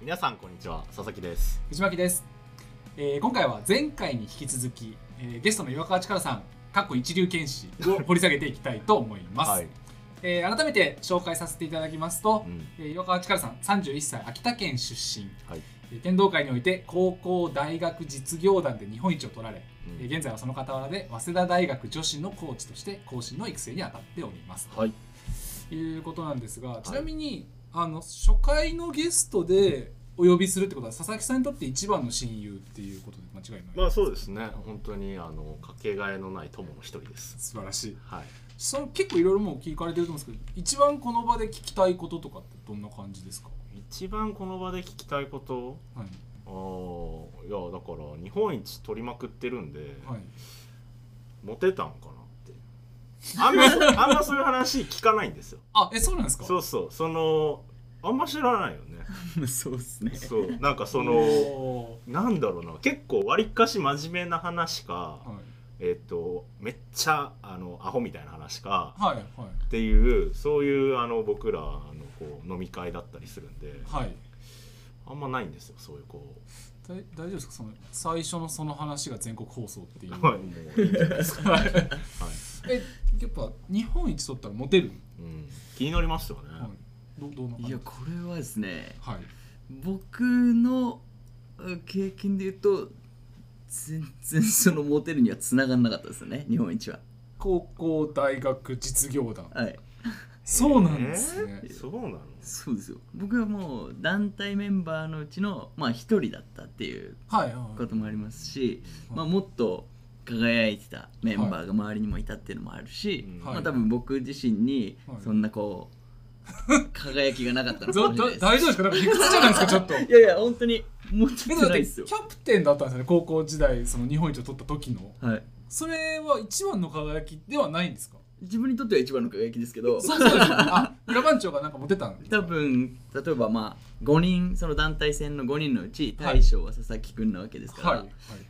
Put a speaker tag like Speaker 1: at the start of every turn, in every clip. Speaker 1: 皆さんこんにちは佐々木です
Speaker 2: 藤巻です、えー今回は前回に引き続き、えーゲストの岩川力さんかっこ一流剣士を掘り下げていきたいと思います、
Speaker 1: はい、
Speaker 2: えー改めて紹介させていただきますと
Speaker 1: う、ん
Speaker 2: えー岩川力さん31歳秋田県出身、
Speaker 1: はい
Speaker 2: えー剣道界において高校大学実業団で日本一を取られ、
Speaker 1: うん
Speaker 2: えー現在はその傍らで早稲田大学女子のコーチとして後進の育成に当たっております
Speaker 1: はい
Speaker 2: ということなんですが
Speaker 1: い
Speaker 2: ちなみに、あの初回のゲストでお呼びするってことは佐々木さんにとって一番の親友っていうことで間違いない、
Speaker 1: まあそうですね本当にあのかけがえのない友の一人です
Speaker 2: 素晴らしい
Speaker 1: はい
Speaker 2: その結構いろいろもう聞かれてると思うんですけど一番この場で聞きたいこととかってどんな感じですか、
Speaker 1: 一番この場で聞きたいこと
Speaker 2: はい
Speaker 1: あーいやだから日本一取りまくってるんで、
Speaker 2: はい、
Speaker 1: モテたんかなってあんまそあんまそういう話聞かないんですよ
Speaker 2: あえそうなんですか
Speaker 1: そうそうそのあんま知らないよね
Speaker 3: そうですね
Speaker 1: そうなんかその
Speaker 2: お
Speaker 1: なんだろうな結構わりかし真面目な話か、
Speaker 2: ーはい
Speaker 1: えっ、とめっちゃあのアホみたいな話か
Speaker 2: はいは
Speaker 1: っていうそういうあの僕らのこう飲み会だったりするんで
Speaker 2: いはい
Speaker 1: あんまないんですよそういうこう
Speaker 2: だい大丈夫ですかその最初のその話が全国放送っていう
Speaker 1: もういいんじゃないですか、はい
Speaker 2: え やっぱ日本一取ったらモテる、
Speaker 1: うん、気になりますよね、
Speaker 2: はい、どどうな感
Speaker 3: い
Speaker 2: じ
Speaker 3: やこれはですね
Speaker 2: はい
Speaker 3: 僕のう経験で言うと全然そのモテるには繋がんなかったです ね日本一は
Speaker 2: 高校大学実業団
Speaker 3: はい
Speaker 2: そうなんですね
Speaker 1: えーそうなの
Speaker 3: そうですよ僕はもう団体メンバーのうちのまあ一人だったっていう
Speaker 2: はいはい
Speaker 3: こともありますし、
Speaker 2: はい
Speaker 3: まあ、もっと輝いてたメンバーが周りにもいたっていうのもあるし、
Speaker 1: うん
Speaker 2: はい
Speaker 3: まあ、多分僕自身に
Speaker 2: はい
Speaker 3: そんなこ う輝きがなかったのか
Speaker 2: ど
Speaker 3: もし
Speaker 2: ど
Speaker 3: れ
Speaker 2: 大
Speaker 3: ないで
Speaker 2: 丈夫ですかなんか理屈じゃないですかちょっ と
Speaker 3: すいやいや本当にモテて
Speaker 2: えだっ
Speaker 3: な
Speaker 2: て
Speaker 3: いで
Speaker 2: キ
Speaker 3: すよ
Speaker 2: ャプテンだったんですよね高校時代その日本一を取った時の
Speaker 3: はい
Speaker 2: それは一番の輝きではないんですか
Speaker 3: 自分にとっては一番の輝きですけど
Speaker 2: そうそうですよね あ裏番長がなんかモテたんですか
Speaker 3: 多分例えばまあ5人その団体戦の5人のうち大将は佐々木くんなわけですから、
Speaker 2: はい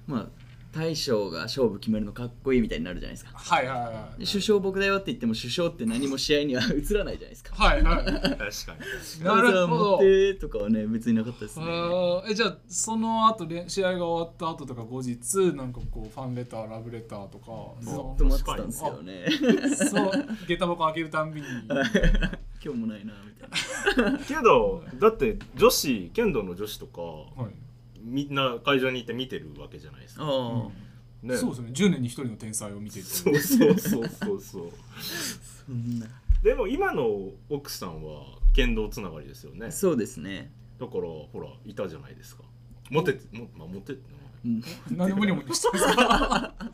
Speaker 3: まあ大将が勝負決めるのかっこいいみたいになるじゃないですか
Speaker 2: はいはいはい
Speaker 3: で首相僕だよって言っても首相って何も試合には映らないじゃないですか
Speaker 2: はいはいはい
Speaker 1: 確かに
Speaker 2: なる ほど
Speaker 3: だからモテとかはね別になかったですね
Speaker 2: あーえじゃあその後練試合が終わった後とか後日なんかこうファンレターラブレターとか
Speaker 3: ずっ
Speaker 2: そ
Speaker 3: と待ってたんですけどね
Speaker 2: のそう下駄箱開けるたんびに
Speaker 3: 今日もないなみたいな
Speaker 1: けどだって女子剣道の女子とか
Speaker 2: はい、
Speaker 1: みんな会場にいて見てるわけじゃないですか、
Speaker 3: ああ
Speaker 1: ね、
Speaker 2: そうですね10年に1人の天才を見ていて
Speaker 1: そうそうそうそうそう
Speaker 3: そんな
Speaker 1: でも今の奥さんは剣道つながりですよね
Speaker 3: そうですね
Speaker 1: だからほらいたじゃないですかモテても、まあ、モテて
Speaker 3: うん
Speaker 2: 何で無理もしてるんですか あ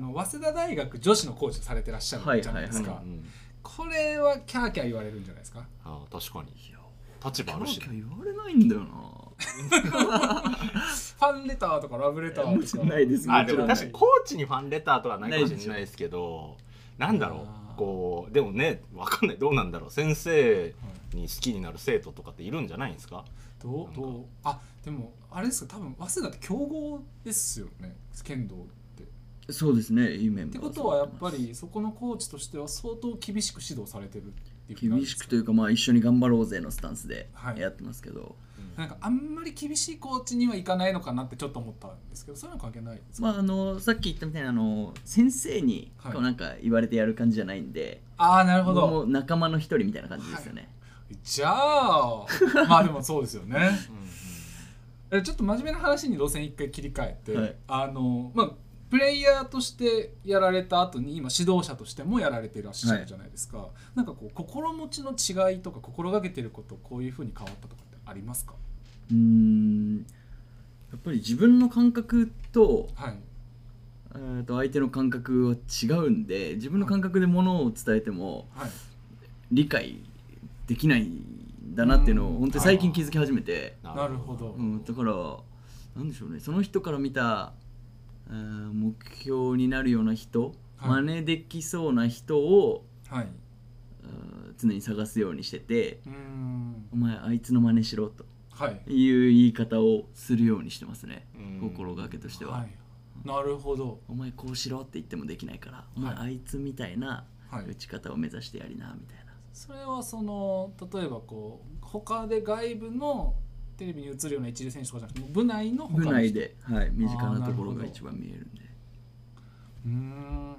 Speaker 2: の早稲田大学女子のコーチをされてらっしゃるじゃないですか、
Speaker 1: うんうん
Speaker 2: これはキャーキャー言われるんじゃないですか
Speaker 1: ああ確かに
Speaker 3: いや
Speaker 1: 立場あ
Speaker 3: 今
Speaker 1: るし
Speaker 3: 日
Speaker 1: ね、
Speaker 3: 言われないんだよな
Speaker 2: ファンレターとかラブレター
Speaker 3: も
Speaker 2: と
Speaker 3: ち
Speaker 2: か
Speaker 3: ろんないです
Speaker 1: あ
Speaker 3: も
Speaker 1: で
Speaker 3: ちろ
Speaker 1: も
Speaker 3: んない
Speaker 1: 確かにコーチにファンレターとかないかもしれないですけどなんだろ
Speaker 2: あー
Speaker 1: うこうでもねわかんないどうなんだろう先生に好きになる生徒とかっているんじゃないんですか
Speaker 2: どうどうあでもあれですか多分早稲田って強豪ですよね剣道ってっ
Speaker 3: そうですね、いいメンバー
Speaker 2: てことはやっぱりそこのコーチとしては相当厳しく指導されてるっていうふうになるん
Speaker 3: 厳
Speaker 2: で
Speaker 3: し
Speaker 2: す
Speaker 3: く
Speaker 2: か
Speaker 3: というか、まあ、一緒に頑張ろうぜのスタンスで
Speaker 2: はい
Speaker 3: やってますけど、
Speaker 2: なんかあんまり厳しいコーチにはいかないのかなってちょっと思ったんですけどそういうの関係ないですか、
Speaker 3: まあ、あのさっき言ったみたいなあの先生に
Speaker 2: はい
Speaker 3: こうなんか言われてやる感じじゃないんで、
Speaker 2: ああなるほど
Speaker 3: もう仲間の一人みたいな感じですよね、
Speaker 2: じゃあまあでもそうですよ ね
Speaker 1: うんうん
Speaker 2: えちょっと真面目な話に路線一回切り替えて、
Speaker 3: はい
Speaker 2: あのまあプレイヤーとしてやられた後に今指導者としてもやられてらっしゃるじゃないですか、なんかこう心持ちの違いとか心がけてることこういうふうに変わったとかってありますか
Speaker 3: うーんやっぱり自分の感覚と,、
Speaker 2: はい
Speaker 3: えーと相手の感覚は違うんで自分の感覚でものを伝えても
Speaker 2: はい
Speaker 3: 理解できないんだなっていうのを
Speaker 2: うん
Speaker 3: 本当に最近気づき始めて。
Speaker 2: なるほど
Speaker 3: うん、だからなんでしょうねその人から見た、えー目標になるような人、
Speaker 2: はい
Speaker 3: 真似できそうな人を、
Speaker 2: はい
Speaker 3: えー常に探すようにしてて
Speaker 2: うーん
Speaker 3: 「お前あいつの真似しろ」と
Speaker 2: はい
Speaker 3: いう言い方をするようにしてますね、
Speaker 1: うん
Speaker 3: 心がけとしては、
Speaker 2: はいなるほど
Speaker 3: お前こうしろ」って言ってもできないから「お前あいつみたいな
Speaker 2: はい
Speaker 3: 打ち方を目指してやりな」みたいな。
Speaker 2: それはその例えばこう他で外部のテレビに映るような一流選手とかじゃなくてもう部内の他の
Speaker 3: 部
Speaker 2: 人
Speaker 3: 内で、はい、身近なところ
Speaker 2: あーなるほど
Speaker 3: が一番見えるんで
Speaker 2: うーん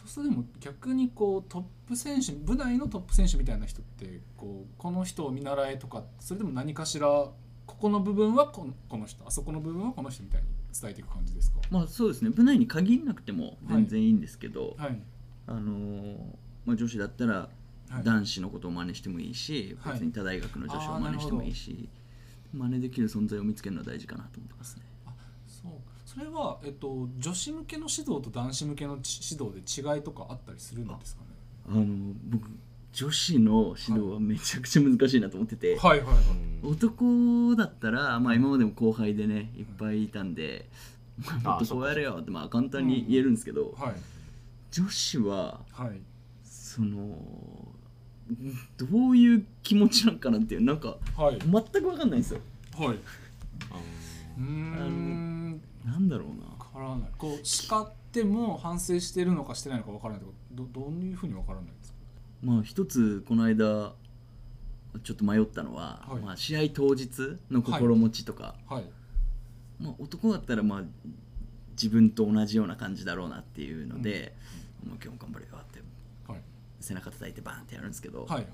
Speaker 2: そうするとでも逆にこうトップ選手部内のトップ選手みたいな人ってこうこの人を見習えとかそれでも何かしらここの部分はこのこの人あそこの部分はこの人みたいに伝えていく感じですか
Speaker 3: まあそうですね部内に限らなくても全然いいんですけど、
Speaker 2: はい
Speaker 3: あのーまあ、女子だったら
Speaker 2: はい
Speaker 3: 男子のことを真似してもいいし、
Speaker 2: はい
Speaker 3: 別に他大学の女子を真似してもいいし、真似できる存在を見つけるのは大事かなと思ってますね
Speaker 2: そうそれは、えっと、女子向けの指導と男子向けのち指導で違いとかあったりするんですかね
Speaker 3: あの僕女子の指導はめちゃくちゃ難しいなと思ってて、
Speaker 2: はいはいは
Speaker 1: う
Speaker 2: い
Speaker 1: ん
Speaker 3: 男だったら、まあ、今までも後輩でねいっぱいいたんで、
Speaker 1: あ
Speaker 3: もっとこうやれよってまあ簡単に言えるんですけど、
Speaker 2: はい
Speaker 3: 女子は
Speaker 2: はい
Speaker 3: そのどういう気持ちなんかなっていうなんか
Speaker 2: はい
Speaker 3: 全く分かんないんですよ
Speaker 2: はいう
Speaker 1: あ
Speaker 2: ーん
Speaker 3: なんだろうな
Speaker 2: わからないこう叱っても反省してるのかしてないのかわからないとかどどういうふうにわからないんですか
Speaker 3: まあ一つこの間ちょっと迷ったのは、
Speaker 2: はい
Speaker 3: まあ、試合当日の心持ちとか、
Speaker 2: はい
Speaker 3: まあ、男だったらまあ自分と同じような感じだろうなっていうので、もう今日も頑張れよって
Speaker 2: はい
Speaker 3: 背中叩いてバーンってやるんですけど、
Speaker 2: はい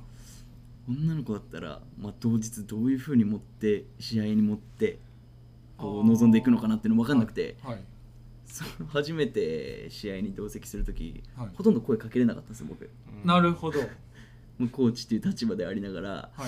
Speaker 3: 女の子だったら、まあ、当日どういうふうに持って試合に持ってこう
Speaker 2: あー
Speaker 3: 臨んでいくのかなっていうの分かんなくて、
Speaker 2: はい
Speaker 3: その初めて試合に同席する時、
Speaker 2: はい
Speaker 3: ほとんど声かけれなかったんですよ僕。
Speaker 1: ー
Speaker 2: なるほど
Speaker 3: もうコーチっていう立場でありながら、
Speaker 2: はい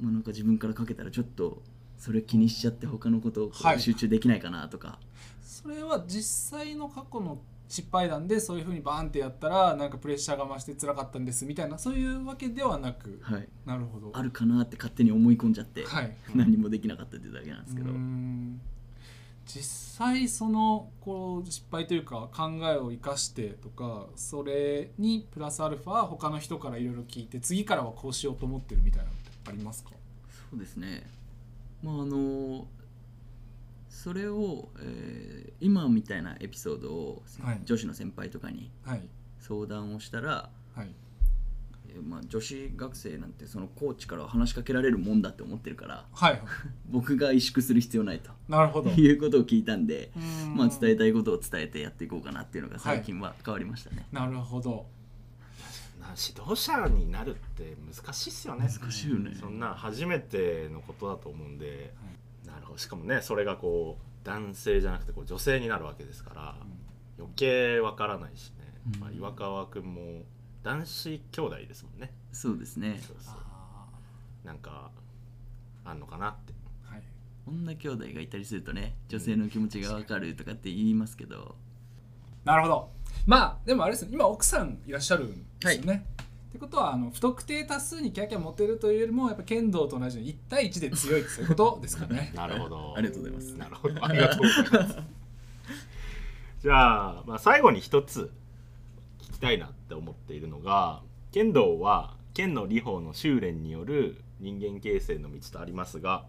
Speaker 3: まあ、なんか自分からかけたらちょっとそれ気にしちゃって他のことをこう
Speaker 2: はい
Speaker 3: 集中できないかなとか、
Speaker 2: それは実際の過去の失敗談でそういうふうにバーンってやったらなんかプレッシャーが増して辛かったんですみたいなそういうわけではなく
Speaker 3: はい
Speaker 2: なるほど
Speaker 3: あるかなって勝手に思い込んじゃって、
Speaker 2: はい
Speaker 3: 何もできなかったっていうだけなんですけど、
Speaker 2: うーん実際そのこう失敗というか考えを生かしてとかそれにプラスアルファ他の人からいろいろ聞いて次からはこうしようと思ってるみたいなのってありますか
Speaker 3: そうですねまああのそれを、えー今みたいなエピソードを、
Speaker 2: はい
Speaker 3: 女子の先輩とかに
Speaker 2: はい
Speaker 3: 相談をしたら、
Speaker 2: はい
Speaker 3: えーまあ、女子学生なんてそのコーチからは話しかけられるもんだって思ってるから
Speaker 2: はいはい
Speaker 3: 僕が萎縮する必要ないと
Speaker 2: なるほ ど
Speaker 3: いうことを聞いたんで。まあ、伝え
Speaker 2: え
Speaker 3: たいことを伝えてやっていこうかなっていうのが最近は変わりましたね、
Speaker 2: なるほど
Speaker 1: な指導者になるって難しいっすよね
Speaker 3: 難しいよね
Speaker 1: そんな初めてのことだと思うんで、なるほどしかもねそれがこう男性じゃなくてこう女性になるわけですから、余計わからないしね、
Speaker 3: うん
Speaker 1: まあ、岩川君も男子兄弟ですもんね
Speaker 3: そうですね
Speaker 1: そうそう
Speaker 2: あ
Speaker 1: なんかあんのかなって
Speaker 2: ーはい
Speaker 3: 女兄弟がいたりするとね女性の気持ちがわかるとかって言いますけど、
Speaker 2: なるほどまあでもあれですね今奥さんいらっしゃるんですよね、ってことはあの不特定多数にキャキャモテるというよりもやっぱ剣道と同じように1対1で強いってそういうことですかね
Speaker 1: なるほど
Speaker 3: ありがとうございます
Speaker 1: なるほどありがとうございます じゃあ,、まあ最後に一つ聞きたいなって思っているのが剣道は剣の理法の修練による人間形成の道とありますが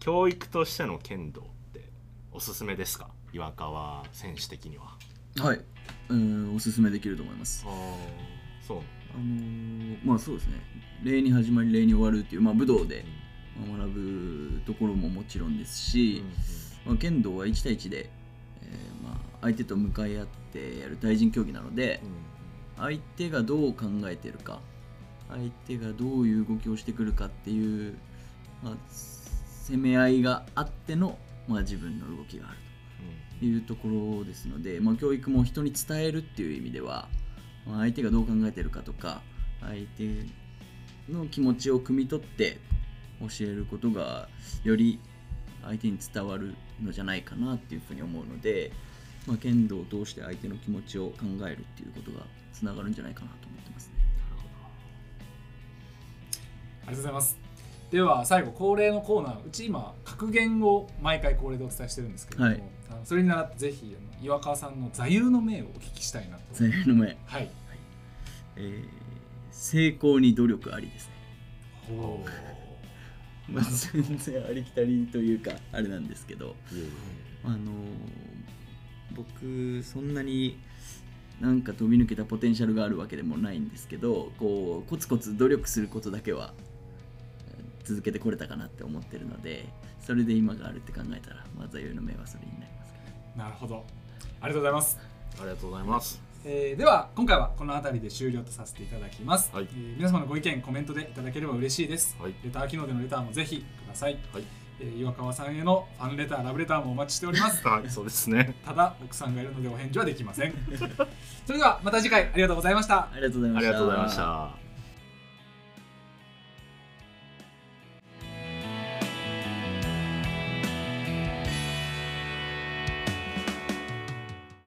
Speaker 1: 教育としての剣道っておすすめですか岩川選手的には
Speaker 3: はいうーんおすすめできると思います
Speaker 1: あそう
Speaker 3: あのーまあそうですね礼に始まり礼に終わるっていう、まあ、武道でまあ学ぶところももちろんですし、まあ、剣道は1対1で、えーまあ、相手と向かい合ってやる対人競技なので、相手がどう考えてるか相手がどういう動きをしてくるかっていう、まあ、攻め合いがあっての、まあ、自分の動きがあるというところですので、まあ、教育も人に伝えるっていう意味では、まあ相手がどう考えてるかとか相手の気持ちを汲み取って教えることがより相手に伝わるのじゃないかなっていうふうに思うので、まあ、剣道を通して相手の気持ちを考えるっていうことがつながるんじゃないかなと思ってますね。
Speaker 2: ありがとうございますでは最後恒例のコーナーうち今格言を毎回恒例でお伝えしてるんですけれども、
Speaker 3: はい
Speaker 2: あのそれに倣ってぜひあの岩川さんの座右の銘をお聞きしたいなと
Speaker 3: 座右の銘、
Speaker 2: はい
Speaker 3: えー成功に努力ありですね。
Speaker 2: ほ
Speaker 3: まあ、全然ありきたりというかあれなんですけど、
Speaker 1: いえいえ
Speaker 3: あのー僕そんなになんか飛び抜けたポテンシャルがあるわけでもないんですけどこうコツコツ努力することだけはえー続けてこれたかなって思ってるのでそれで今があるって考えたらまあ座右の銘はそれになりますけど
Speaker 2: なるほどありがとうございます
Speaker 1: ありがとうございます。
Speaker 2: えーでは今回はこの辺りで終了とさせていただきます、
Speaker 1: はい
Speaker 2: えー皆様のご意見コメントでいただければ嬉しいです
Speaker 1: はい。
Speaker 2: レター機能でのレターもぜひください、
Speaker 1: はい
Speaker 2: えー岩川さんへのファンレターラブレターもお待ちしております
Speaker 1: はい、そうですね。
Speaker 2: ただ奥さんがい るのでお返事はできませんそれではまた次回ありがとうございました
Speaker 3: ありがとうござい
Speaker 1: あ
Speaker 3: まし
Speaker 1: り
Speaker 3: た
Speaker 1: がとうございました。